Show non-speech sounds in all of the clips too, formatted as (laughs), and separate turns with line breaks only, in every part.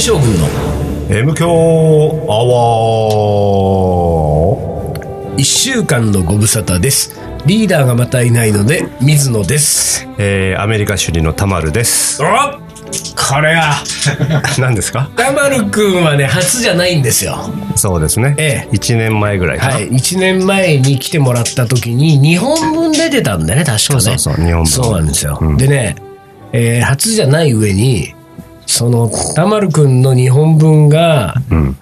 将軍の
M 強アワー
1週間のご無沙汰ですリーダーがまたいないので水野です
えー、アメリカ主義のタマルです (laughs)
おこれは
何ですか
田丸くんはね初じゃないんですよ
そうですね、
ええ
1年前ぐらいかな、
はい1年前に来てもらった時に2本分出てたんだよね確かね
そうそうそう日本分
そうなんですよ、
うん
でね、えー初じゃない上にその田丸くんの2本分が
うん、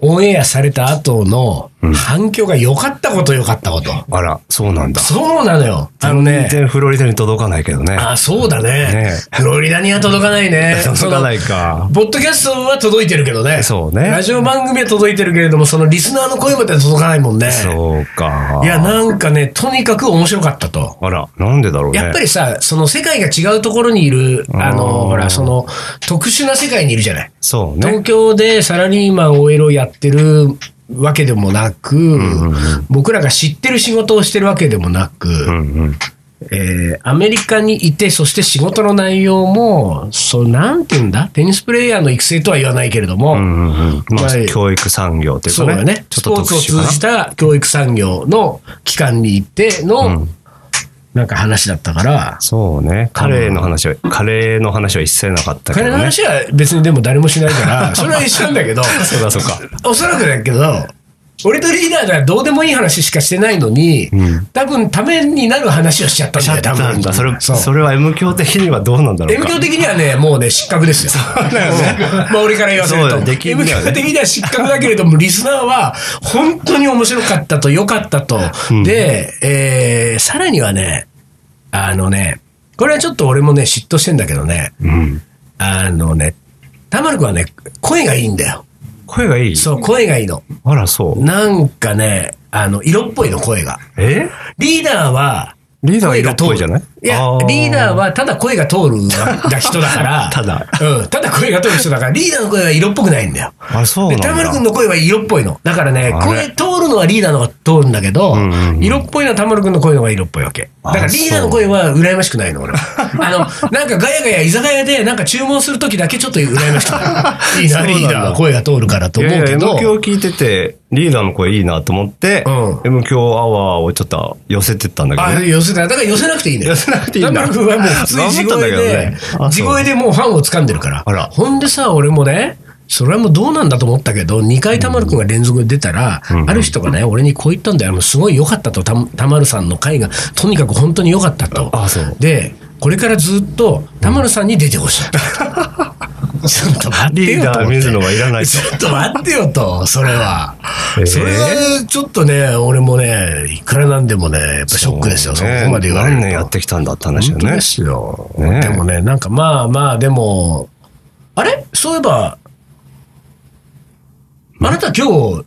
オンエアされた後の反響が良かったこと良かったこと、
あらそうなんだ
そうなのよあのね
全然フロリダに届かないけどね (laughs)
あ、そうだね
ね。。
フロリダには届かないね
(laughs) 届かないか
その。ポッドキャストは届いてるけどね。
そうね
ラジオ番組は届いてるけれども、そのリスナーの声までは届かないもんね。
そうか
いや、なんかね、とにかく面白かったと。
あらなんでだろうね
やっぱりさ、その世界が違うところにいる、あ
う
の、
ん
ほら、その、特殊な世界にいるじゃない。
そう
東
ね
京でサラリーマン OL をやってるわけでもなく
んうん、
僕らが知ってる仕事をしてるわけでもなく、
うんうん
えーアメリカにいて、そして仕事の内容も、そう、なんて言うんだテニスプレイヤーの育成とは言わないけれども、
うんうんうんまあ、
はい
教育産業というか
そう
ね
だね。
ち
ス
ょっ
ポ
と
ー
特
ツを
殊か
通
な
じた教育産業の機関に行っての、
うん
なんか話だったから、
そうねカレーの話はカレーの話は一切なかったけど
彼
ね
の話は別にでも誰もしない
(laughs)
から、それは一緒なんだけど、
そうだそうか
おそらくだけど、俺とリーダーがどうでもいい話しかしてないのに、
うん
多分ためになる話をしちゃったんだよ、多
なん
分。
だそれ
そう
それは M 教的にはどうなんだろう
M
か
教的にはね、もうね、失格ですよ。 (laughs) まあ俺から言わせると。
そう
M
だねできんだよね
教的には失格だけれども、リスナーは、本当に面白かったと、良かったと。
うん
で、えー、さらにはね、あのね、これはちょっと俺もね、嫉妬してんだけどね、
うん
あのね、たまるくんはね、声がいいんだよ。
声がいい
そう、声がいいの。
あらそう
なんかね、あの、色っぽいの、声が。
え
リーダーは、
リーダーは
声
色
が
っ
通る
ぽいじゃない
いや
あ、
リーダーはただ声が通るだ人だから、
(laughs) ただ
うん、ただ声が通る人だから、リーダーの声は色っぽくないんだよ。
あそう
で、
なんだ
田丸君の声は色っぽいの。だからね、
あ
声
れ
通るのはリーダーの方が通るんだけど、
うんうんうん
色っぽいのは田丸君の声の方が色っぽいわけ。だから
あ
リーダーの声は羨ましくないの、俺は。あの、なんかガヤガヤ居酒屋で、なんか注文するときだけちょっと羨ましくない。いい
(laughs) そうな
な、
んだ
リーダーは声が通るからと
い
思
や
う
いや
け
M
ど。
教聞いててリーダーの声いいなと思って、
うん
M 教アワーをちょっと寄せてったんだけ
あ
どね
寄せない。だから寄せなくていいんだよ。
寄せなくていいんだ
田村君はもう普通に地
頑張
声
ったんだけど
で
ねあ、
地声でもうファンを掴んでるから。
あら
ほんでさ、俺もね、それはもうどうなんだと思ったけど、2回田丸君が連続で出たら、ある人がね、俺にこう言ったんだよ。もうすごい良かったと、た田丸さんの回が、とにかく本当に良かったと。
あそう
で、これからずっと田丸さんに出てほ
(laughs)
しい。ちょっと待って
リ
よ
ー
と思っ
ダ
て。
ー水野はいらない
ち
と
ょっと待ってよと、それは。
えー
それはちょっとね、俺もね、いくらなんでもね、やっぱショックですよ、そ,、
ね
こまで言われると。
何年やってきたんだって話だ
本当
よね
ですよ、
ね
でもね、なんかまあまあ、でも、あれそういえば、あなた今日、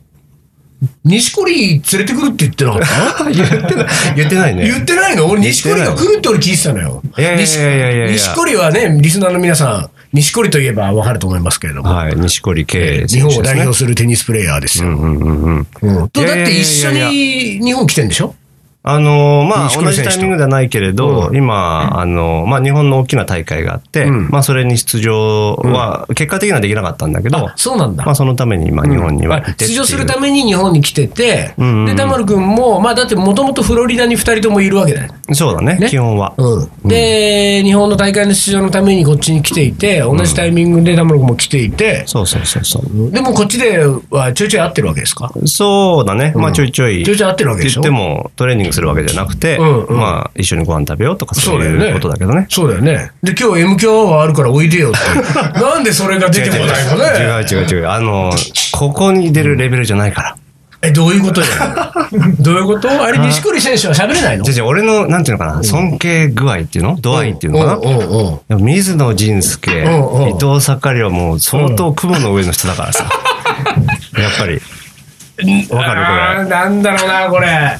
錦織連れてくるって言ってなかった
(laughs) 言ってない言ってないね
言ってないの俺、
言って
錦
ない
織が来るって俺聞いてたのよ。
いやいやいやいやいや
錦錦織はね、リスナーの皆さん、錦織といえばわかると思いますけれども、
はい錦織圭
日
選
本
手
を
です
代
ね
表するテニスプレーヤーですよ。
うんうんうん
うん、と
い
だ
やい
っ
やいや
て
いや
一緒に日本来てんでしょ
あのーまあ、
錦織
同じ
選手
タ
と
イミングではないけれど、今、あのーまあ、日本の大きな大会があって、
うん
まあ、それに出場は、結果的にはできなかったんだけど、
そうなんだ
まあ、そのために、まあ、日本には行ってっていう
出場するために日本に来てて、
うんうんうん
で、田丸君も、まあだってもともとフロリダに2人ともいるわけだよ。
そうだね、
ね
基本は。
うん、で、日本の大会の出場のためにこっちに来ていて、同じタイミングで田丸君も来ていて、
そうそうそうそう。
でもこっちではちょいちょい会ってるわけですか
そうだね、まあ、ちょいちょい。
ちょいちょい会ってるわけでしょ
って言っても、トレーニングするわけじゃなくて、
うんうん
まあ、一緒にご飯食べようとか、そう
そうだよ
い
ね
うことだけどね。
そうだよね。で、今日 M 強アワーあるからおいでよって。
(laughs)
なんでそれが出てこないのね。
違う違う違う。あのーここに出るレベルじゃないから。
え、どういう
(laughs)
ことよ。どういうことあれ、錦織選手は喋れないの
じゃじゃ俺の、なんていうのかな、尊敬具合っていうの度合いっていうのかな、
うんうんうん
でも水野仁介、
うんうん
伊藤盛りはもう相当雲の上の人だから
(laughs)
さ。やっぱり。わか
あ
る
ーなんだろうな、これ。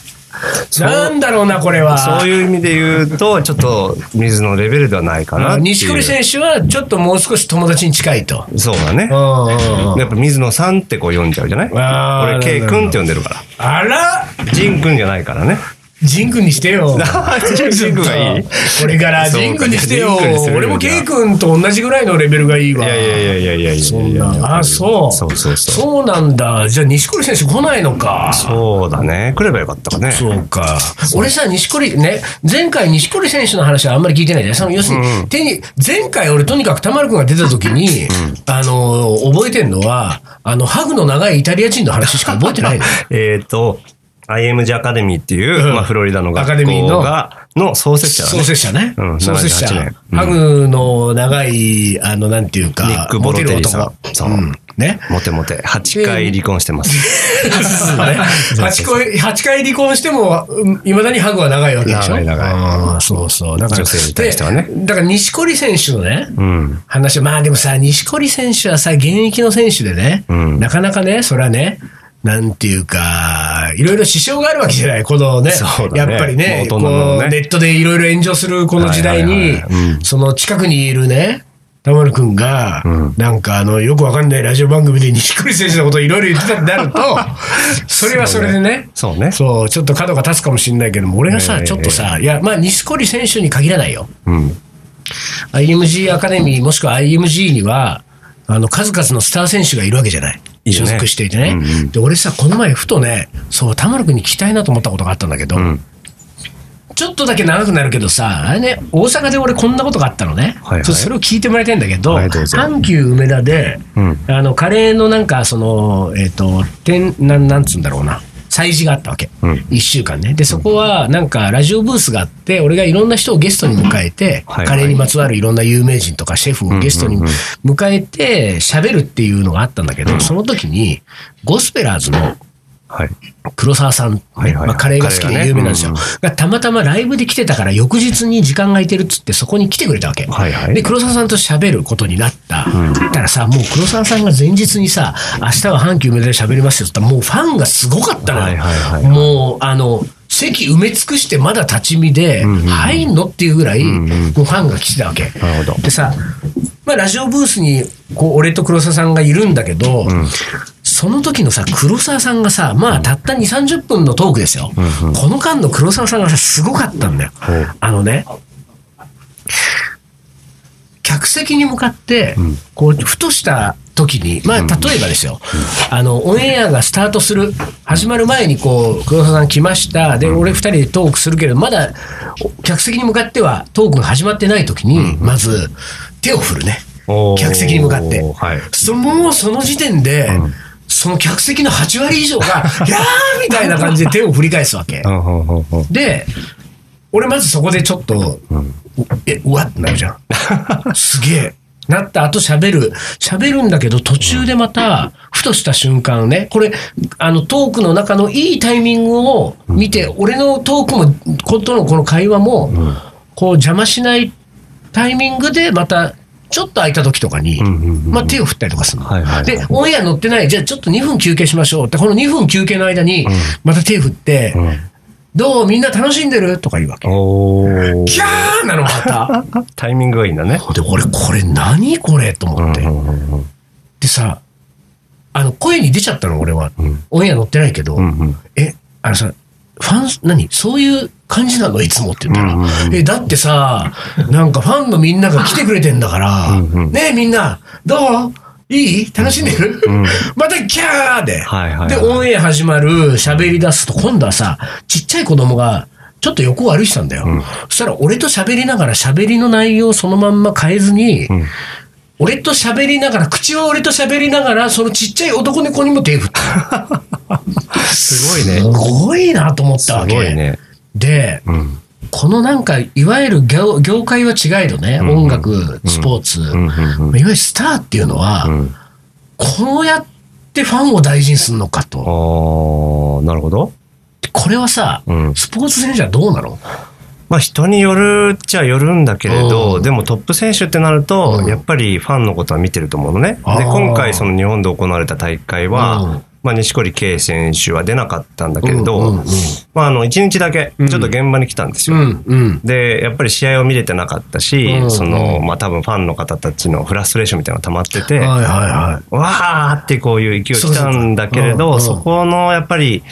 そう
なんだろうな、これは。
そういう意味で言うと、ちょっと水のレベルではないかなっていう。
錦織選手はちょっともう少し友達に近いと。
そうだね
う。んうんうん
やっぱ水野さんってこう読んじゃうじゃない
あー
俺、K 君って呼んでるから。
あら
仁君じゃないからね。
ジン君にしてよ。
(laughs) ジン君がい
ち
い
ょっとこれからジン君にしてよ
そうかジン君にす。る
俺もケイ君と同じぐらいのレベルがいい
い
わ。
やいやいやいやいやいや
そんな。あ、そう。
そうそうそう。
そうなんだ。じゃあ、錦織選手来ないのか。
そうだね。来ればよかったかね。
そうか。俺さ、錦織、ね、前回錦織選手の話はあんまり聞いてないじゃん。その、要するに、手に、前回俺とにかく田丸君が出た時に、あの、覚えてんのは、あの、ハグの長いイタリア人の話しか覚えてない
(laughs)
の。
えっと、IMG アカデミーっていう、
うん
まあ、フロリダの学
アカデミー
校
の
が、の創設者だ
創
ね。
設者ね
う。ん
創設者
78年。うん
ハグの長い、あの、なんていうか、
ニック・ボロテリさ
モテ
ん。
る
そう
男。うん。ね。
モテモテ。8回離婚してます。
そうね。8回、八回離婚しても、いまだにハグは長いわけでしょ
長い長い
あーそうそう。だから、
女性に対してはね
でだから、錦織選手のね、
うん。
話は、まあでもさ、錦織選手はさ、現役の選手でね、
うん
なかなかね、それはね、なんていうか、いろいろ支障があるわけじゃない、このね、
そう
や
だ
っ
ね
ぱりね、
ま
こ
あ大人のね
うネットでいろいろ炎上するこの時代
はい
に
はいはいうん、
その近くにいるね、田丸くんが、
ん
なんかあの、よくわかんないラジオ番組で錦織選手のことをいろいろ言ってたってなると、
(laughs)
それはそれでね、
そうね。
そう、ちょっと角が立つかもしれないけども、俺がさ、
ええ
ちょっとさ、いや、まあ、錦織選手に限らないよ。
うん。
IMG アカデミーもしくは IMG には、あの、数々のスター選手がいるわけじゃない。
いる
所
ね
属していてね。
うんうん
で、俺さ、この前ふとね、そう、田丸君に聞きたいなと思ったことがあったんだけど、
ん
ちょっとだけ長くなるけどさ、あれね、大阪で俺こんなことがあったのね。
はいはい
ちょっとそれを聞いてもらいたいんだけど、
はいどうぞ
阪急梅田で、
うん
あの、カレーのなんか、その、えっ、と、天、なん、なんつうんだろうな。催事があったわけ。
うん
一週間ね。で、そこは、なんか、ラジオブースがあって、俺がいろんな人をゲストに迎えて、
はいはい
カレーにまつわるいろんな有名人とかシェフをゲストに迎えて、喋るっていうのがあったんだけど、その時に、ゴスペラーズの
はい。
黒沢さん、ね
はいはいはい
まあ、カレーが好き
カレー
で
がね
有名なんですよ、
うん
がたまたまライブで来てたから、翌日に時間が空いてるっつって、そこに来てくれたわけ。
はいはい
で、黒沢さんと喋ることになった。たらさ、もう黒沢さんが前日にさ、明日は阪急梅田で喋りますよって言ったら、もうファンがすごかったのよ。
はいはいはい
もう、あの、席埋め尽くしてまだ立ち見で、入んのっていうぐらい、
んう
も
ん
うファンが来てたわけ。
なるほど
でさ、まあ、ラジオブースにこう俺と黒沢さんがいるんだけど、その時のさ黒沢さんがさまあたった2 3 0分のトークですよ、この間の黒沢さんがさすごかったんだよ、
ほう
あのね客席に向かって、こうふとした時にまあ例えばですよ、あのオンエアがスタートする始まる前にこう黒沢さん来ましたで俺2人でトークするけれどまだお客席に向かってはトークが始まってない時に、まず手を振るね
おー
客席に向かって、
はい。
そもうその時点で、その客席の8割以上が (laughs) 「やー!」みたいな感じで手を振り返すわけ
うんうんうんうん
で俺まずそこでちょっと
ん
「えうわ」ってなるじゃん
(laughs)
すげえなった後喋る喋るんだけど途中でまたふとした瞬間ねこれあのトークの中のいいタイミングを見て、俺のトークもことのこの会話も、こう邪魔しないタイミングでまたちょっと空いた時とかに、
んうんうん
まあ、手を振ったりとかするの、
はいはいはい
でオンエア乗ってないじゃあちょっと2分休憩しましょうってこの2分休憩の間にまた手振って、どうみんな楽しんでるとか言うわけ。
おー
(laughs) キャーなのまた。
タイミングがいいんだね。
(laughs) で、俺、これ何これと思って。
うんうんうん
でさ、あの、声に出ちゃったの、俺は。
ん
オンエア乗ってないけど、
うんうん
え、あのさ、ファン、何そういう感じなのいつもって言ったら。
うんうん
え、だってさ、なんかファンのみんなが来てくれてんだから、
んうん
ねえみんな、どういい楽しんでる、 (laughs) またキャーで、
はいはいはい
で、オンエア始まる、喋り出すと、今度はさ、ちっちゃい子供が、ちょっと横を歩いてたんだよ。そしたら、俺と喋りながら、喋りの内容をそのまんま変えずに、
ん
俺と喋りながら、口は俺と喋りながら、そのちっちゃい男の子にも手振った。
(laughs) すごい
す
ね。
ごいなと思っ
す
たわけ。
ごいね。
で、
ん
このなんか、いわゆる業業界は違えどね、音楽、スポーツ、
うんうんうん
いわゆるスターっていうのは、
ん
こうやってファンを大事にするのかと。
ああ、なるほど。
これはさ、
うん
スポーツ選手はどうなの
まあ人によるっちゃよるんだけれど、
うん
でもトップ選手ってなると、
うん
やっぱりファンのことは見てると思うのね。
あー
で、今回その日本で行われた大会は、
うん
まあ、錦織圭選手は出なかったんだけれど、
うんうんうん
まあ、あの1日だけちょっと現場に来たんです
う
よ。
んうん。
でやっぱり試合を見れてなかったし、
うん
そのまあ、多分ファンの方たちのフラストレーションみたいなのが溜まってて、
はいはいは
わーってこういう勢い来たんだけれど、
そうそう
そこのやっぱり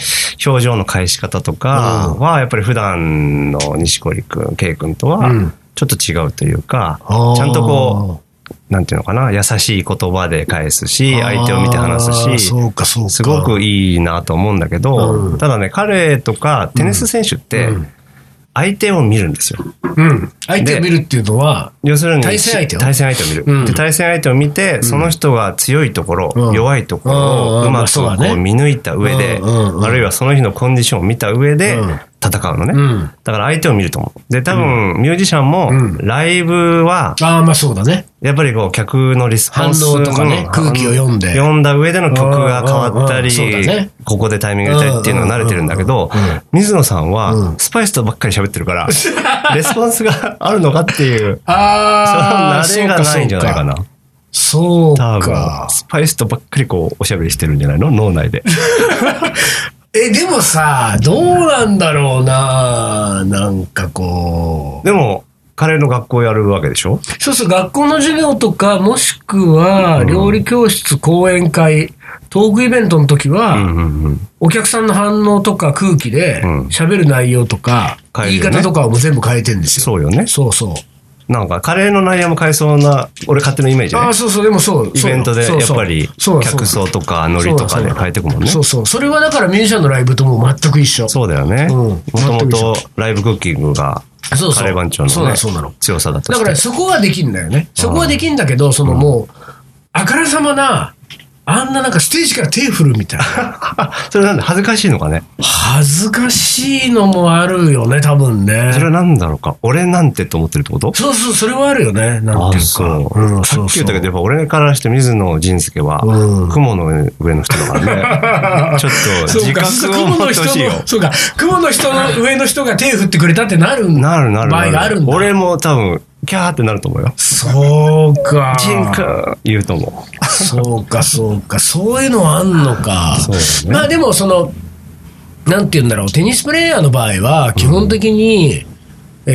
表情の返し方とかは、やっぱり普段の錦織君、圭君とは
うん
ちょっと違うというか、
あー
ちゃんとこう、なんていうのかな、優しい言葉で返すし、
い。
相手を見て話
あー
すし、
そうかそうか。
すごくいいなと思うんだけど、
うん
ただね、彼とかテニス選手って
うん、
相手を見るんですよ。
うん。相手を見るっていうのは、
要するに
対戦相手を
対戦相手を見る、
うん
で対戦相手を見てその人が強いところ、
うん
弱いところ
う
を
ん
うまく
そう
こ
だね
う見抜いた上で、
うんうん
あるいはその日のコンディションを見た上で
うん
戦うのね、
うん
だから相手を見ると思うで多分ミュージシャンも
うん
ライブは
ああ、まあそうだね。
やっぱりこう客のリスポンス
反応とかね
うん
空気を読んで
読んだ上での曲が変わったり、
うんうんうんそうだね
ここでタイミング入れたりっていうのは慣れてるんだけど、
うんうんうんうん
水野さん
う
は
ん
スパイスとばっかり喋ってる
(laughs)
から、レスポンスがあるのかっていう。
ああ、
その慣れがないんじゃないかな。
そう
多
か。そう
分
か。
スパイスとばっかりこうおしゃべりしてるんじゃないの脳内
(laughs)
で。
え、でもさ、どうなんだろうな。なんかこう。
でも彼の学校やるわけでしょ
そうそう、学校の授業とか、もしくは、料理教室、講演会、トークイベントの時は、
うんうんうん。
お客さんの反応とか空気で
うん、
喋る内容とか、
変える
言い
よね
方とかはもう全部変えてんですよ。
そうよね。
そうそう。
なんかカレーの内容も変えそうな俺勝手なイメージ
あ
ね
あ、。そうそう、でもそう。
イ
そう
ベントでや
そう
っ
そう
ぱり
そうだそうだ
客層とかノリとかで変えてくもんね。
そうそう。それはだからミュージシャンのライブともう全く一緒。
そうだよね。
うん
もともとライブクッキングが
そうそう
カレー番長
そうな
の
の
ね
そうなの
強さだと
だ
し
から
て。
そこはできんだよね。そこはできんだけど、そのもう、あからさまな、あんななんかステージから手振るみたいな。
それなんで恥ずかしいのかね。
恥ずかしいのもあるよね、多分ね
そ。れはなんだろうか。俺なんてと思ってるってこと
そうそう、それはあるよね、なんていうか。ん、
さ
そ
っ
う
き
そう
言ったけど、やっぱ俺からして水野仁介は
うん、
雲の上の人だから
(laughs)
ね。ちょっと
そう
自
か、
覚を
雲
持
の
って
人
ほしいよ。
の、そうか、雲の人の上の人が手振ってくれたってなる
なるなる
場合が
な
ある
る
ん。だ。
俺も多分、キャーってなると思うよ。
そうか。
仁君言うと思
そうか、そうか、そういうのはあんのか。
そうだね
まあでも、その、なんて言うんだろう、テニスプレーヤーの場合は、基本的に、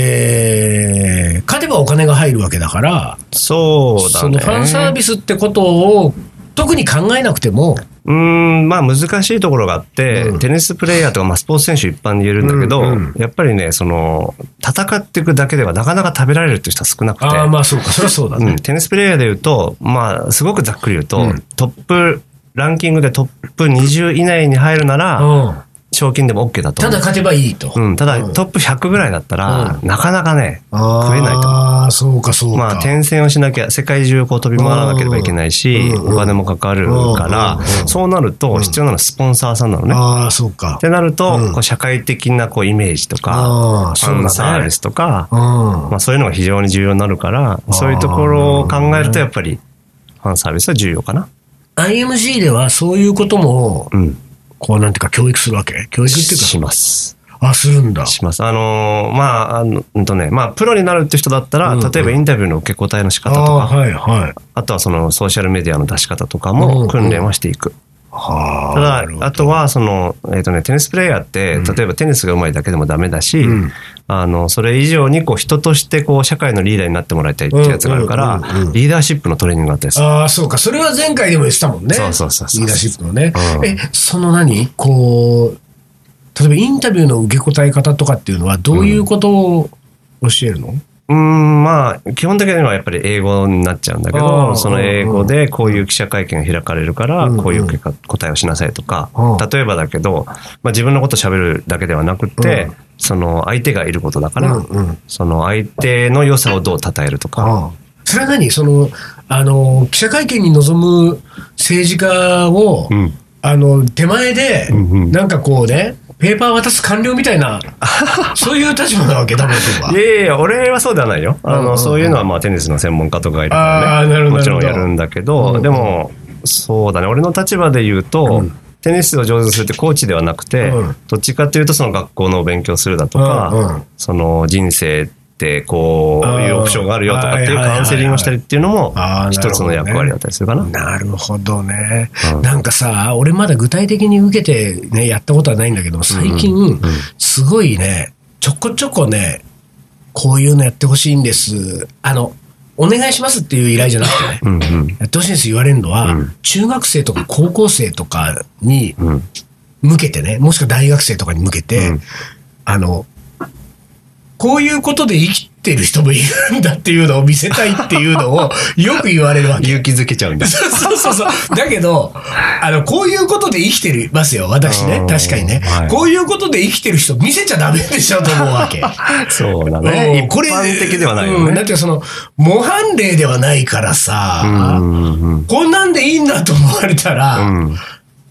えー勝てばお金が入るわけだから、
う。そうだ
そ
ね。
のファンサービスってことを特に考えなくても、
うーん、まあ難しいところがあって、
うん
テニスプレーヤーとか、まあ、スポーツ選手一般に言えるんだけど、
うん
やっぱりね、その、戦っていくだけではなかなか食べられるっていう人は少なくて、
ああ、まあそうか、それはそうだ
う
ね
ん。テニスプレーヤーで言うと、まあ、すごくざっくり言うと、
うん
トップ、ランキングでトップ20以内に入るなら、
うん
賞金でも OK だと
た
思う。
だ勝てばいいと。
うん、た
う
だ
ん
トップ100ぐらいだったら、
う
なかなかね、
食
食えないと思う
ああ、そうか、そうか。
まあ、転戦をしなきゃ、世界中こう飛び回らなければいけないし、
うんうん
お金もかかるから
うんう、ん
そうなると必要なのはスポンサーさんなのね。
ああ、そうか
っ。てなると、
うん
こう社会的なこうイメージとか、
ああ、
フ
そう
ァ
だね
ンサービスとか、
うん。
まあ、そういうのが非常に重要になるから、そういうところを考えると、やっぱり、ファンサービスは重要かな。
IMG ではそういうことも、
うん。
こうなんていうか教育するわけ教育っていう
し
か、
ます。
あ、するんだ。
します。あのーまあ、あの、うんとね、まあ、プロになるって人だったら、
うんうん
例えばインタビューの受け答えの仕
あ
方と
あー、
か、
はいはい。
あとはそのソーシャルメディアの出し方とか
うんう
も
ん
訓練はしていく。
はあ。
ただ
なるほ、ど
あとは、その、えっ、とね、テニスプレーヤーって、
うん
例えばテニスが上手いだけでもダメだし、
うん
あの、それ以上に、こう、人として、こう、社会のリーダーになってもらいたいっていうやつがあるから、
うんうんうんうん
リーダーシップのトレーニングがあったりする。
ああ、そうか。それは前回でも言ってたもんね。
そうそうそうそ
リ
う
ーダーシップのね。
うん
え、その何こう、例えばインタビューの受け答え方とかっていうのは、どういうことを教えるの、
うーん、まあ、基本的にはやっぱり英語になっちゃうんだけ
あー
ど、その英語で、こういう記者会見が開かれるから、
うんうん
こういう受け答えをしなさいとか、
うん
例えばだけど、まあ、自分のこと喋るだけではなくて、
うん
その、相手がいることだから、
うんうん
その、相手の良さをどう称えるとか、
それは何その、あの、記者会見に臨む政治家を、
うん
あの、手前で、
うんうん
なんかこうね、ペーパー渡す官僚みたい
(laughs)
な、そういう立場なわけだもん、そ
い
こは。
やいやいや、俺はそうではないよ。
うん
あ
うんう
の、
ん
そういうのは、まあ、テニスの専門家とかがいる
あー
か
な
ら
るほ
ね。
ど
もちろんやるんだけ
うんう
ど、
ん
でも、そうだね。俺の立場で言うと、テニスを上手にするってコーチではなくて
うん、
どっちかというと、その学校のお勉強するだと
うんう
か
ん、
その人生ってこういうオプションがあるよとかっていうカウンセリングをしたりっていうのも
あー
一つの役割だったりするかな。
なるほどね、
うん
なんかさ、俺まだ具体的に受けてね、やったことはないんだけども、最近、すごいね、ちょこちょこね、こういうのやってほしいんです。あの、お願いしますっていう依頼じゃなくてね、
うんうん
やってほしいんです言われるのは、
うん
中学生とか高校生とかに
うん
向けてね、もしくは大学生とかに向けて、
うん
あの、こういうことで生きてる人もいるんだっていうのを見せたいっていうのを (laughs) よく言われるわけ。
勇気づけちゃうんです。
(laughs) そうそうそう。だけど、あの、こういうことで生きてるますよ、私
う
ね
ん。
確かにね、
はい
こういうことで生きてる人見せちゃダメでしょと思うわ
(laughs)
け。
そうだ
ね
ね。一般的ではないよ
うん
ね。
なんていうかその、模範例ではないからさ、
うんうんうん
こんなんでいいんだと思われたら、
うん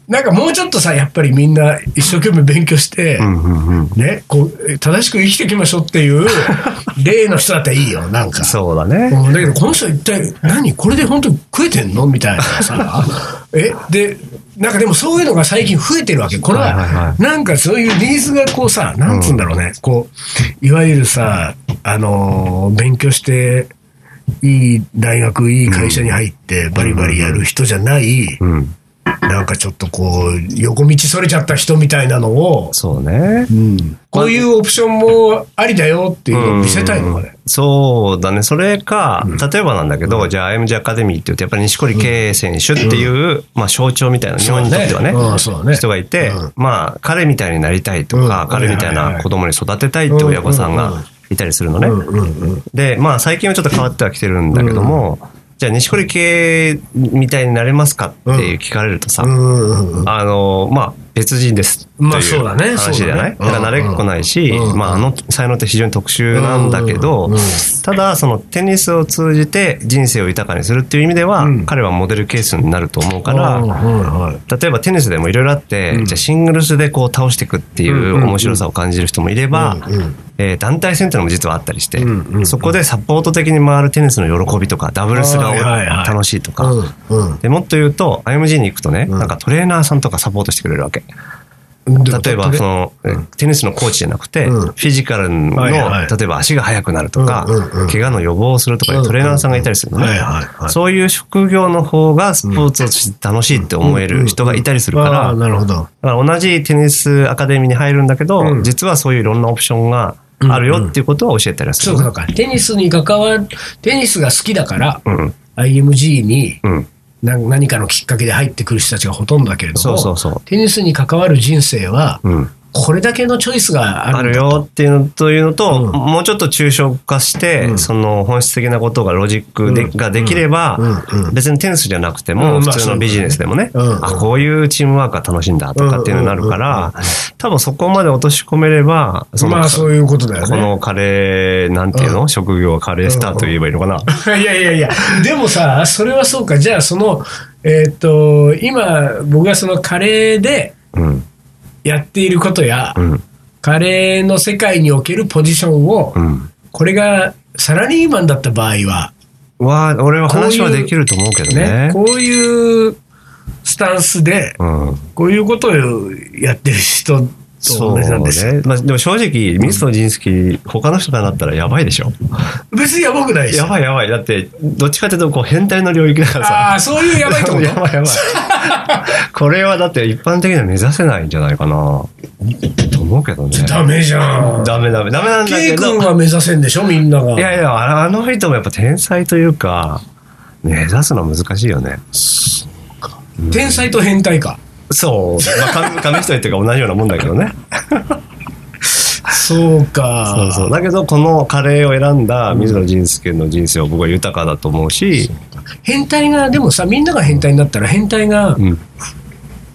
なんかもうちょっとさ、やっぱりみんな一生懸命勉強して、
うんうんうん
ね、こう、え正しく生きていきましょうっていう
(laughs)
例の人だったらいいよ、なんか。
そうだね。
うんだけど、この人一体、何これで本当に食えてんのみたいな
(laughs)
さ。えで、なんかでもそういうのが最近増えてるわけ。これ
はいはいは
は、なんかそういうニーズがこうさ、なんつうんだろうね。こう、いわゆるさ、あのー勉強して、いい大学、いい会社に入って、バリバリやる人じゃない、
うん。
なんかちょっとこう、横道それちゃった人みたいなのを、
そうね。
こういうオプションもありだよっていうのを見せたいのかね。
そうだね。それか、例えばなんだけど、じゃあ IMG アカデミーって言うと、やっぱり錦織圭選手っていう、まあ象徴みたいな、日本にとってはね、
うんそうだね
人がいて、
うん
まあ彼みたいになりたいと
う
か
ん、
彼みたい
はいはいは
ない子供に育てたいって親御さ
う
ん
んうんうん
がいたりするのね。
うんうんうん。
で、まあ最近はちょっと変わってはきてるんだけども、じゃあ錦織圭みたいになれますかっていう聞かれるとさ、
うんうんうん。
あのまあ別人ですという
まあそうだね
話じゃない、
そうだね
だから慣れっこないし、
うんうん
まあ、あの才能って非常に特殊なんだけど、
うんうん
ただそのテニスを通じて人生を豊かにするっていう意味では、
うん
彼はモデルケースになると思うから、
うんはいはい
例えばテニスでもいろいろあって、
うん
じゃあシングルスでこう倒していくっていう面白さを感じる人もいれば、
うんうん
えー団体戦っていうのも実はあったりして、
うんうんうん
そこでサポート的に回るテニスの喜びとかダブルスが
はいはいはい
楽しいとか。
うん
でもっと言うと IMG に行くとね、
ん
なんかトレーナーさんとかサポートしてくれるわけ。
うん。
例えばそ
の、
の、テニスのコーチじゃなくて、
うん
フィジカルの、
はいはい
例えば足が速くなるとか、
うんうんうん
怪我の予防をするとかいうトレーナーさんがいたりするのね、
はいはいはい
そういう職業の方がスポーツをして楽しいって思える人がいたりするから、
ああ、なるほど。
だから同じテニスアカデミーに入るんだけど、
うん
実はそういういろんなオプションがあるよっていうことは教えたりはす
そ
る。
うかそうか。テニスに関わる、テニスが好きだから、
うん。
IMG に
うん。
な何かのきっかけで入ってくる人たちがほとんどだけれども、
そうそうそう
テニスに関わる人生は、
うん。
これだけのチョイスがあ
あ
るん
る
だ。
よっていうのというのと、
うん
もうちょっと抽象化して、その本質的なことがロジックで、
うん
ができれば、
うんうん
別にテニスじゃなくて
う
も
ん
普
まあ
通のビジネスでもね、
そうだねうん
あこういうチームワークが楽しいんだとかっていうのになるから、多分そこまで落とし込めればその、
まあそういうことだよ
こ
ね。
のカレーなんていうの、職業はカレースターと言えばいいのかな、
い (laughs) やいやいや、でもさ、それはそうか。じゃあその、えーっと、今、僕がそのカレーで
うん
やっていることや、
うん
カレーの世界におけるポジションを、
うん
これがサラリーマンだった場合は、
わあ俺は話は
こういう
できると思うけど
ね
ね、
こういうスタンスで、
うん
こういうことをやってる人と
そう
同じ
ね
なんですよ。。
まあ、でも正直、ミストジンスキー、他の人からなったらやばいでしょ
別にやばくないですよ
やばいやばい。だって、どっちかっていうと、こう、変態の領域だから
あ
さ。
あ、そういうやばいと思う。
(laughs) やばいやばい。これはだって一般的には目指せないんじゃないかな。と思うけどね。
ダメじゃん。
ダメダメ。ダメなんだ
K
け
君
ど。
は目指せんでしょ、みんなが。
いやいや、あのあの人もやっぱ天才というか、目指すのは難しいよね。
天才と変態か。
そう。まあ、紙 (laughs) 紙一重っていうか同じようなもんだけどね。
そうか。
そうそう。だけど、このカレーを選んだ水野仁介の人生は僕は豊かだと思うし、
変態が、でもさ、みんなが変態になったら、変態が、
うん。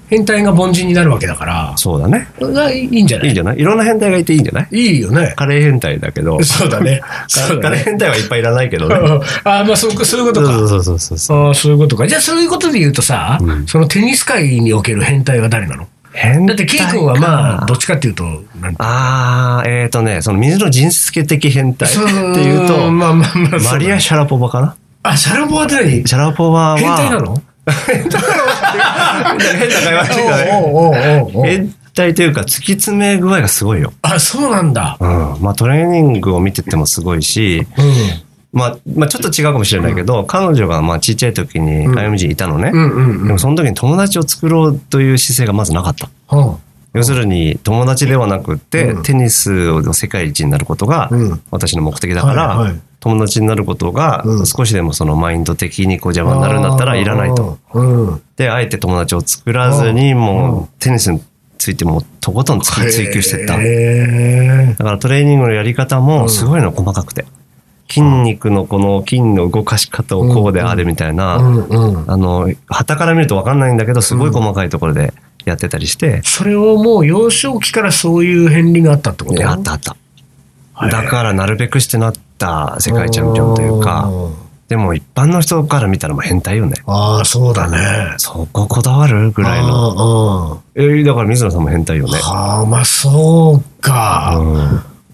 変態が凡人になるわけだから、
そうだね。
それがいいんじゃない
いいん
い
じゃないいろんな変態がいていいんじゃない
いよね。
カレー変態だけど。
そうだ
(laughs)
ね。そうだ
カレー
ね。
変態はいっぱいいらないけどね。
ああ、まあそうか、そういうことか。
そうそうそうそう。
ああ、そういうことか。じゃあ、そういうことで言うとさ、そのテニス界における変態は誰なの
変
だって、ケイ君はまあ、どっちかっていうと、なんて
あー、えっ、ー、とね、その水の人助的変態っていうと、
まあまあまあ、
マリア・
そう
シャラポバかな
だね。あ、シャラボアって何
シャラポバは、
変態なの
変な会話してたね。
おうおうおうおうおう
変体というか、突き詰め具合がすごいよ。
あ、そうなんだ。
うん。まあ、トレーニングを見ててもすごいし、
う
まあ、まあ、ちょっと違うかもしれないけど、彼女がまあ、ちっちゃい時に
うん
IMG いたのね。
ん。うんうん
で
うん
も、。その時に友達を作ろうという姿勢がまずなかった。
うん
要するに、友達ではなくって、
うん
テニスを世界一になることが
うん、
私の目的だから、
はいはい
友達になることが
う、ん
少しでもそのマインド的にこう邪魔になるんだったらいらないと。。
うん。
で、あえて友達を作らずに、
う
も
ん
う、テニスについてもうとことん突き追求してった。だ
へー
からトレーニングのやり方もすごいの細かくて。筋肉のこの筋の動かし方をこうであれみたいうな、
んうん。
あの、旗から見るとわかんないんだけど、すごい細かいところでやってたりして、
それをもう幼少期からそういう片りがあったってこと
やったあった。
はい
だからなるべくしてなった世界チャンピオンというか、
うん
でも一般の人から見たらもう変態よね。
ああ、そうだね。
そここだわるぐらいの。
の。うん
えーだから水野さんも変態よね。
はあ、まあそうか。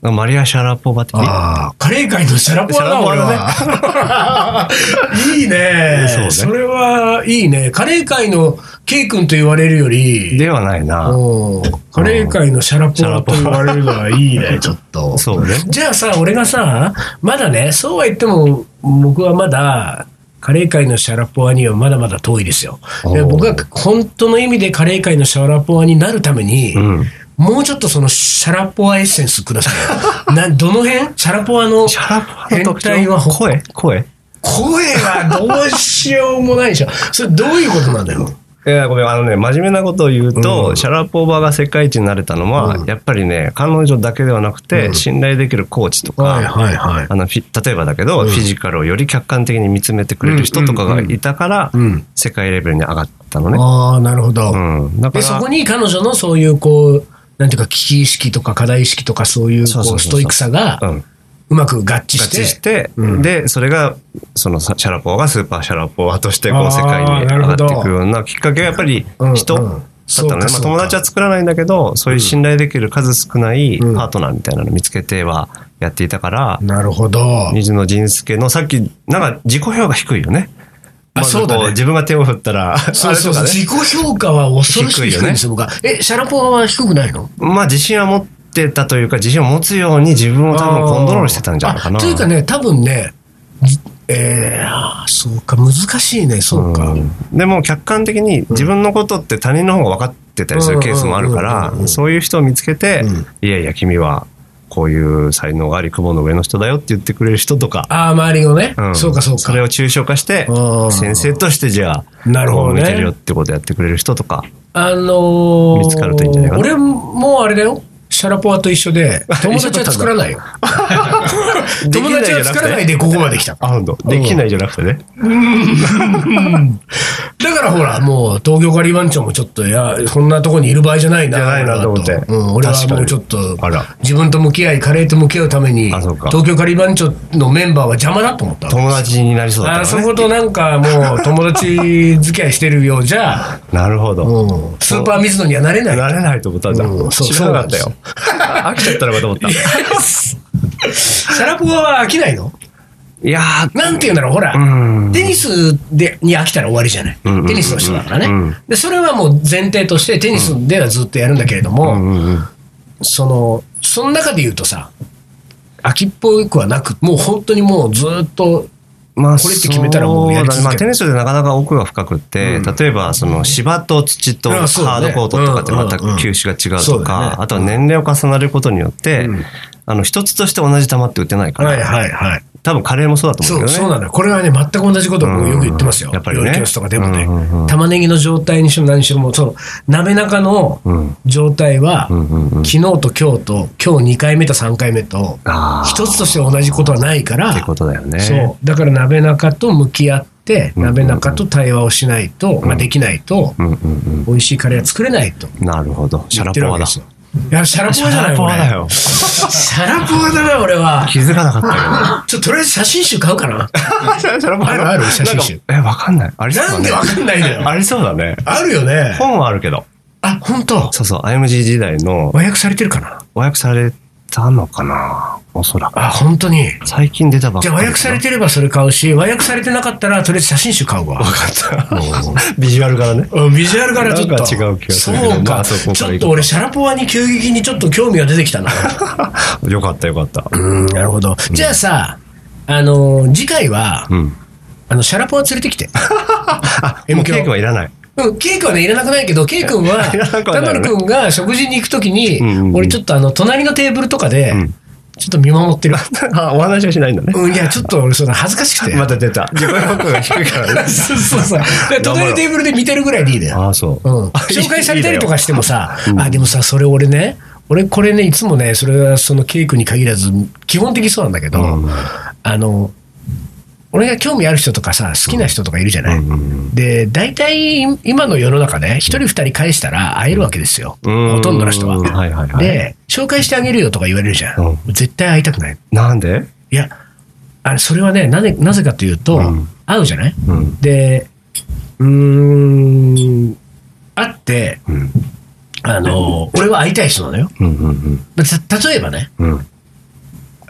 うん、マリア・シャラポバ的に。
ああ、カレー界のシャラポワだ、
シャラポワ
俺
だね
は。 (laughs) いい
そう
ね
ね
それはいいね。カレー界の K 君と言われるより、
ではないな。
うんカレー界のシャラポワと言われるのはいいね、 (laughs) ちょっと。
そうね。
じゃあさ、俺がさ、まだね、そうは言っても、僕はまだ、カレー界のシャラポワにはまだまだ遠いですよ。で
おー
僕は本当の意味でカレー界のシャラポワになるために、
うん。
もうちょっとそのシャラポワエッセンスくださ (laughs) い。などの辺シャラポワの
シャラポバの特徴
変態は
声声
声はどうしようもないでしょ。それどういうことなんだよ。
いや、ごめん、あのね、真面目なことを言うと、
うん
シャラポーバーが世界一になれたのは、やっぱりね、彼女だけではなくて、信頼できるコーチとか、
はいはい。
あのフィ例えばだけど、フィジカルをより客観的に見つめてくれる人とかがいたから、
うんうんうんうん
世界レベルに上がったのね。
ああ、なるほど。
うん。だか
で、
ら、
そこに彼女のそういうこう、なんていうか危機意識とか課題意識とかそういう
そ
こ
うそ
う
うそうそう
ストイックさが
うん。
うまく合致
合
して。
致して、
うん
で、それが、そのシャラポーがスーパーシャラポーとして、こ
あー
う、世界に
なる
上
ほ
が
ど
っていくようなきっかけが、やっぱり
うん
人
うん
だったのね。
そう
ま
か
あ、
そうか
友達は作らないんだけど、そういう信頼できる数少ないパートナーみたいなの見つけてはやっていたから、
なるほど。
水野仁介の、さっき、なんか自己評価低いよね。
あ
まず
そうだ
こ
ね
自分が手を振ったら、
そ
あ
う
れ
そ
と
う
かね。
自己評価は恐ろしく低いんですよ、僕は。え、シャラポワは低くないの
まあ、自信は持ってたというか、自信を持つように自分を多分コントロールしてたんじゃないかな。
あというかね、多分ね、じえー、あーそうか、難しいね、そうか。
うんでも客観的に自分のことって他人の方が分かってたりするケースもあるか
うんうんうんう
ら
ん
そういう人を見つけて
うん
「いやいや君はこういう才能があり雲の上の人だよ」って言ってくれる人とか、
ああ、周りのね、
うん
そうか、そう
それ
か。
を抽象化して
うん
先生としてじゃあ
なるほどね
こう見てるよってことやってくれる人とか
あのー
見つかるといいんじゃないかな
俺もあれだよ。シャラポワと一緒で、友達は作らないよ。友達は作らないでここまで来た。
あほんとできないじゃなくてね
だからほら、もう東京カリー番長もちょっと、いや、こんなとこにいる場合じゃないな。
じゃないなと思って
うん、俺は
確か
もう
に
ちょっと
あら、
自分と向き合い、カレーと向き合うために、
あそうか
東京カリー番長のメンバーは邪魔だと思ったわけ
友達になりそうだ
あ
っ
そ
たから
ことなんかもう友達付き合いしてるようじ
(laughs)
ゃ、
ねなるほど
うん、スーパー水野にはなれない。 (laughs)
なれないと思ったんだ
うんそう
知らなかった
そ
よ飽きちゃったのかと思ったい
シャラポワは飽きないの
やー
なんていうんだろう、ほら、
うん
テニスでに飽きたら終わりじゃない、
うんうん
テニスの人だからね、
うん
で。それはもう前提として、テニスではずっとやるんだけれども、
うんうんうん
その、その中で言うとさ、飽きっぽくはなく、もう本当にもうずっと、
まあ、
これって決めたらもうやり続ける
そだねまあ、テニスでなかなか奥が深くって、例えばその芝と土とハ
あそうだ
ー
ね
ドコートとかってまた
うんうんうん
球種が違う
そ
と
うだね
か、あとは年齢を重ねることによって、
うん
あの一つとして同じ球って打てないから、
はいはい。
多分カレーもそうだと思う
そ
ん
う、そう
だけどね。
なんだ。これはね、全く同じことを僕よく言ってますよ。
うんやっぱりね
料理教室とかでもね、
うんうんうん
玉ねぎの状態にしても何にしても、その、鍋中の
うん
状態は、
うんうんう
昨
ん
日と今日と、今日2回目と3回目と、
あー
一つとして同じことはないから、
ってことだよね。
そう。だから鍋中と向き合って、
んうんうん
鍋中と対話をしないと、まあできないと、
うんうん
美味しいカレーは作れないと
うん。なるほど。シ
言
ャラ
って
ポ
るわ
ワ
けで
だ。
すよ。いや、シャラポワじゃない
ポワだ。
俺
よ。
シャラポワだな、俺は。
気づかなかった
ちょ、とりあえず写真集買うかな。
(laughs) けど。シャラポワ
あるある写真集
なんかえ、わかんない。ありそう
な
だ
ん
ね
で。わかんないんだよ。
(laughs) ありそうだね。
あるよね。
本はあるけど。
あ、本当。
そうそう。IMG 時代の
和訳されてるかな
和訳されたのかなおそらく。
あ、本当に。
最近出たばっ
じ
か
ゃ
り
あ
かな。
和訳されてればそれ買うし、和訳されてなかったら、とりあえず写真集買うわ。
(laughs) ビジュアルからね。
うんビジュアルからちょっと。
なんか違う気がするけど
そう
ま
か。
あそこから行
ち
こう
ょっと俺、シャラポワに急激にちょっと興味が出てきたな。
よかったよかった。
うん、なるほど。じゃあさ、あのー次回は、
うん。
あの、シャラポワ連れてきて。
(laughs) あ、
M
もう
響
ケーキはいらない。
うん、ケイ君はね、いらなくないけど、ケイ君は、
(laughs) いらなく
田
はないよ
丸
ね
君が食事に行くときに
うんうんう、ん
俺ちょっとあの、隣のテーブルとかで
うん、
ちょっと見守ってる。
あ、お話はしないんだね。
うん、いや、ちょっと俺、その恥ずかしく
(laughs)
て。。
また出た。自己評価が低いからね
(laughs) そうそうそう。だから隣のテーブルで見てるぐらいでいいだよ。
(laughs) ああ、そう。
うん、
あ
紹介されたりとかしてもさ、あでもさ、それ俺ね、俺これね、いつもね、それはそのケイ君に限らず、基本的にそうなんだけど、
うん
あの、俺が興味ある人とかさ、好きな人とかいるじゃない。
うんうん
で、大体今の世の中ね、一人二人返したら会えるわけですよ、
うん
ほとんどの人は。
うんはいはいはい
で、紹介してあげるよとか言われるじゃん。
うん
絶対会いたくない。
なんで
いや、あれそれはねなぜ、なぜかというと、
うん
会うじゃない、
うん
で、うーん、会って、
うん。
あの、俺は会いたい人なのよ。
うんうん
まあた例えばね、
うん。うん。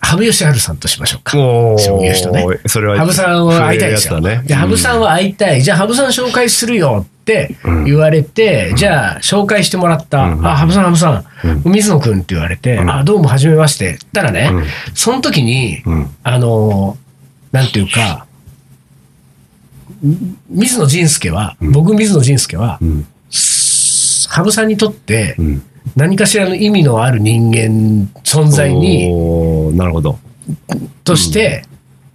羽生善治さんとしましょうか。
お
そういう人ね。
それは。
羽生さんは会いたいです
そ
よ。
ううやつだね。
で、羽生さんは会いたい。じゃあ、羽生さん紹介するよって言われて、じゃあ、紹介してもらった。
うん
あ、羽生さん、羽生さん、水野くんって言われて、
うん
あ、どうも、はじめまして。たらね、
うん
その時に、
うん
あのー、なんていうか、み水野仁介は、僕、水野仁介は、
うん。
羽生さんにとって
う、ん。
何かしらの意味のある人間、存在に、
おーなるほど。
として、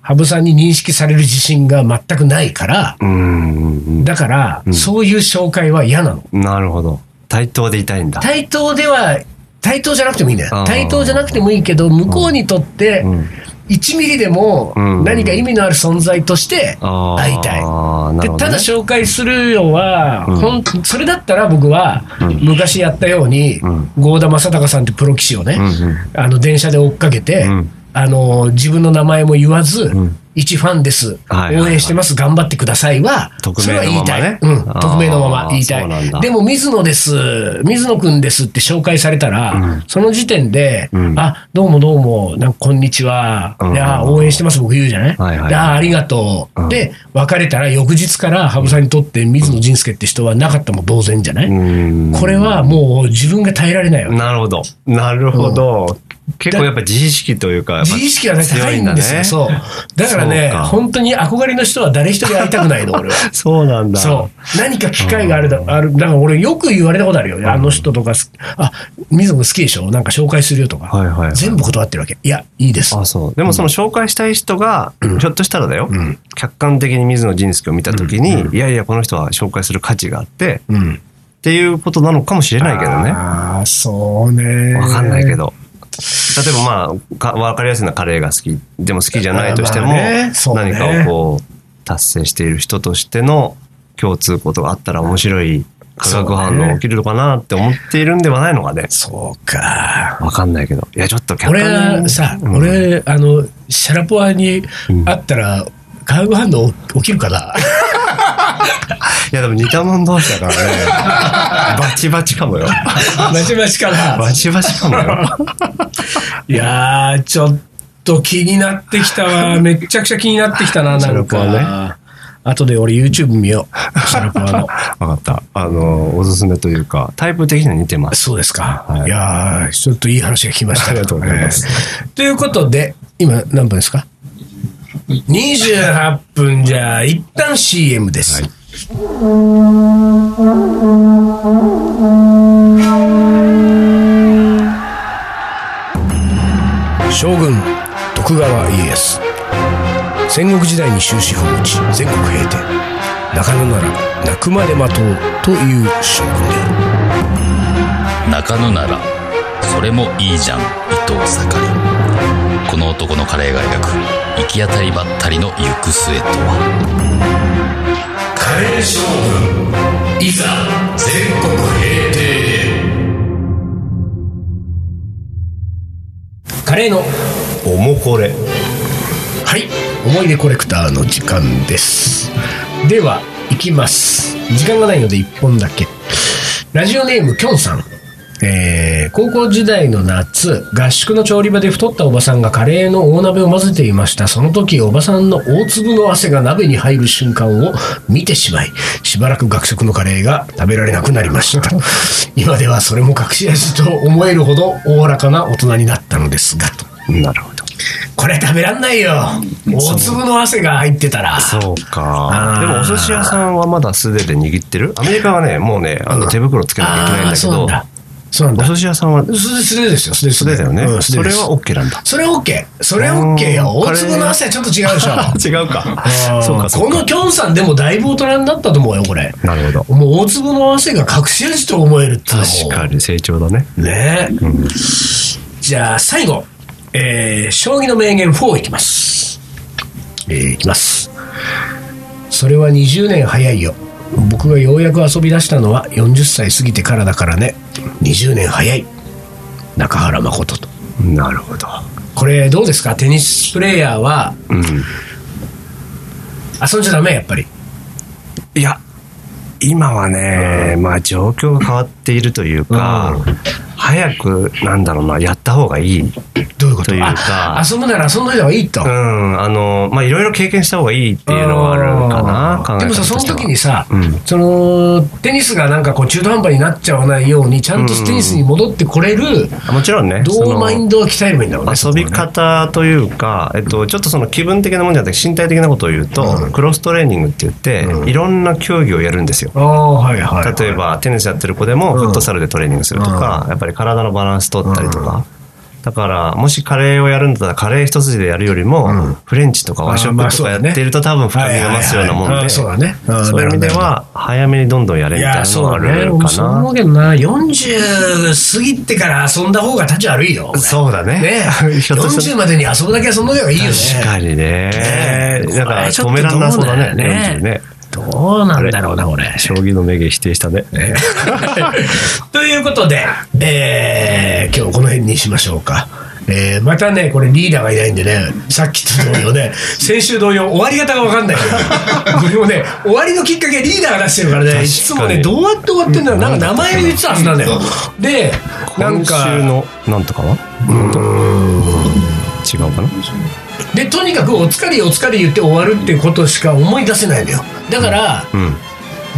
羽生さんに認識される自信が全くないから、
うんうん
だから、そういう紹介は嫌なの。
うん。なるほど。対等でいたいんだ。
対等では、対等じゃなくてもいいんだよ
あ。ー
対等じゃなくてもいいけど、向こうにとって
うん、
1ミリでも
うん
何か意味のある存在として
あー
会いたい。で
なるほどね
ただ紹介するよは、
うん
ほんそれだったら僕は、昔やったように、
ん
郷田正孝さんってプロ棋士をね、
うんうん
あの電車で追っかけて、
うん
あの自分の名前も言わず、
ん
一ファンです、
はいはいはい
応援してます、頑張ってくださいは、
匿
それ
名
は
の
言い
ま
た
ま
い、
ね
うん、
あー
匿名のまま言いた
そうなん
い。
だ
でも、水野です、水野くんですって紹介されたら、その時点で、
ん
あどうもどうも、なんかこんにちは、
うん
いやー応援してます、僕言うじゃない。
はいはいはい
であーありがとう、
うん
で、別れたら、翌日から羽生さんにとって、水野仁介って人はなかったも同然じゃない。
うん
これはもう自分が耐えられないわけ
なるほど。なるほど。結構やっぱ自意識というか、やっぱ
自意識がね、高いんですよ。
強
そう。だからね
そうか、
本当に憧れの人は誰一人会いたくない
(laughs)
の、俺は。
そうなんだ。
そう。何か機会があるだ、ある。だから俺よく言われたことあるよ。あの人とかす、あ、水野君好きでしょなんか紹介するよとか。
はいはいはい
全部断ってるわけ。いや、いいです。
あそうでもその紹介したい人が、ひょっとしたらだよ、客観的に水野仁介を見た時に、いやいやこの人は紹介する価値があって、っ
うん。
ていうことなのかもしれないけどね
ああ、そうね。
わかんないけ。ど例えばまあか分かりやすいのはカレーが好きでも好きじゃないとしても、
まあねそうね
何かをこう達成している人としての共通項とかあったら面白い化学反応が起きるのかなって思っているんではないのかね
そうか。
わかんないけどいやちょっと客
俺
観
は
に
さ、
うん
俺、あの、シャラポワに会ったら、化学反応起きるか
(laughs)
な。
いやでも似たもん同士だからね (laughs) バチバチかもよ
まちまちかな。
バチバチかもよ。
いやー、ちょっと気になってきた
(laughs)
わ。めっちゃくちゃ気になってきたな、なん
シャラポ
か。後で俺 YouTube 見よ
(laughs)
う。シャラポワの。
わかった。あの、おすすめというか、タイプ的には似てます。
そうですか。、
はいい
やー、ちょっといい話が聞きました。
ありがとうございます
えー。ということで、今何分ですか ?28 分じゃあ、一旦 CM です。
はい
将軍徳川家康戦国時代に終止符を打ち全国平定中野なら泣くまで待とうという将軍である
中野ならそれもいいじゃん伊藤盛この男のカレーが描く行き当たりばったりの行く末とは
カレー将軍いざ全国平定カレーの
おもこれ。
はい思い出コレクターの時間ですでは行きます時間がないので1本だけラジオネームきょんさんえー高校時代の夏、合宿の調理場で太ったおばさんがカレーの大鍋を混ぜていました。その時、おばさんの大粒の汗が鍋に入る瞬間を見てしまい、しばらく学食のカレーが食べられなくなりました。今ではそれも隠し味と思えるほどおおらかな大人になったのですが、と
なるほど。
これ食べらんないよ大粒の汗が入ってたら。
そう
あ
か
ー。
でもお寿司屋さんはまだ素手で握ってるアメリカはね、もうね、あの手袋つけなきゃいけないん
ああー、
だけ
そうなんだ
ど、。
そうなんだ
お。寿司屋さんは
素手素手ですよ、素手
素手だよね。
うん素手
そ
で
れ
す
は OK なんだ。
それ OK。それ OK よ。
うん
大粒の汗はちょっと違うでしょ。
違うか
うん
そうか、そう
この
か。
きょんさんでもだいぶ大人になったと思うよ、これ。
なるほど。
もう大粒の汗が隠し味と思えるってのも
確かに成長だね。
ねえ、じゃあ最後、えー将棋の名言4いきます、えーいきますそれは20年早いよ僕がようやく遊び出したのは40歳過ぎてからだからね20年早い中原誠と
なるほど。
これどうですかテニスプレーヤーは
うん。
遊んじゃダメやっぱり
いや、今はね、まあ状況が変わっているというか、早く、なんだろうな、やった方がいい。
どういうこと
というか
あ遊ぶなら遊んどいた方がいいと、
うん、あの、まあいろいろ経験した方がいいっていうのはあるかな、考え方
でもさそ
と
の
しては
時にさ、
うん
そのテニスがなんかこう中途半端になっちゃわないようにちゃんとテニスに戻ってこれる、
あもちろんね、
ど
そうの
マインドを鍛えればいいんだろうね
遊び方というか、えっと、ちょっとその気分的なもんじゃなくて身体的なことを言うと、クロストレーニングって言って、いろんな競技をやるんですよ。
ああはいはい、はい、
例えばテニスやってる子でもフットサルでトレーニングするとか、やっぱり体のバランス取ったりとか、だからもしカレーをやるんだったらカレー一筋でやるよりも、フレンチとか和食
あまあ
と
そう
かや
だね
ってると多分深みが増すようなもんで、
はいはいはいあそうだねうん
そういう意味で
なるほど
は早めにどんどんやれ
い
みたい
や
なの
そう
が
だ
あ
ね
る
俺も
か
そう思
な
う。けどな40過ぎてから遊んだ方が立ち悪いよ俺
そうだね
ね
ひょっとし
40
たら
までに遊ぶだけ遊んだ方がいいよね
確かにね
ね。
だから止めらんなそうだね。40ね。
どうなんだろうなこれ
将棋の名言否定したね。
ということで、えー今日この辺にしましょうか。えーまたね、これリーダーがいないんでね、さっきと同様ね、先週同様終わり方が分かんないから。これもね、終わりのきっかけリーダーが出してるからね、いつもね、どうやって終わってんだろう、なんか名前を言ってたはずなんだよ。で、なん
今週
か、
のなんとかは違うかな
で、とにかくお疲れお疲れ言って終わるっていうことしか思い出せないのよ。だから、
うん。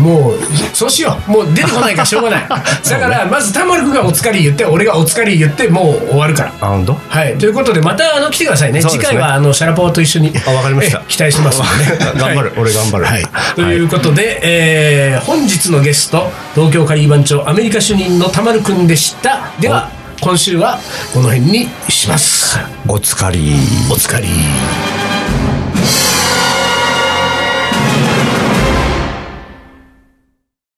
もうそうしようもう出てこないからしょうが
(laughs)
ないだからまずタモリ君が「お疲れ」言って俺が「お疲れ」言ってもう終わるから。
あ、本当
はい、ということでまたあの来てくださいね
そうです
次
ね
回はあのシャラポワと一緒に
あわかりました、
(laughs) え期待してますので、ね
(laughs) 頑張る俺頑張る
はい
はい
ということで、えー本日のゲスト東京カリー番長アメリカ主任のたまるくんでしたでは今週はこの辺にします
お疲れ。
お疲れ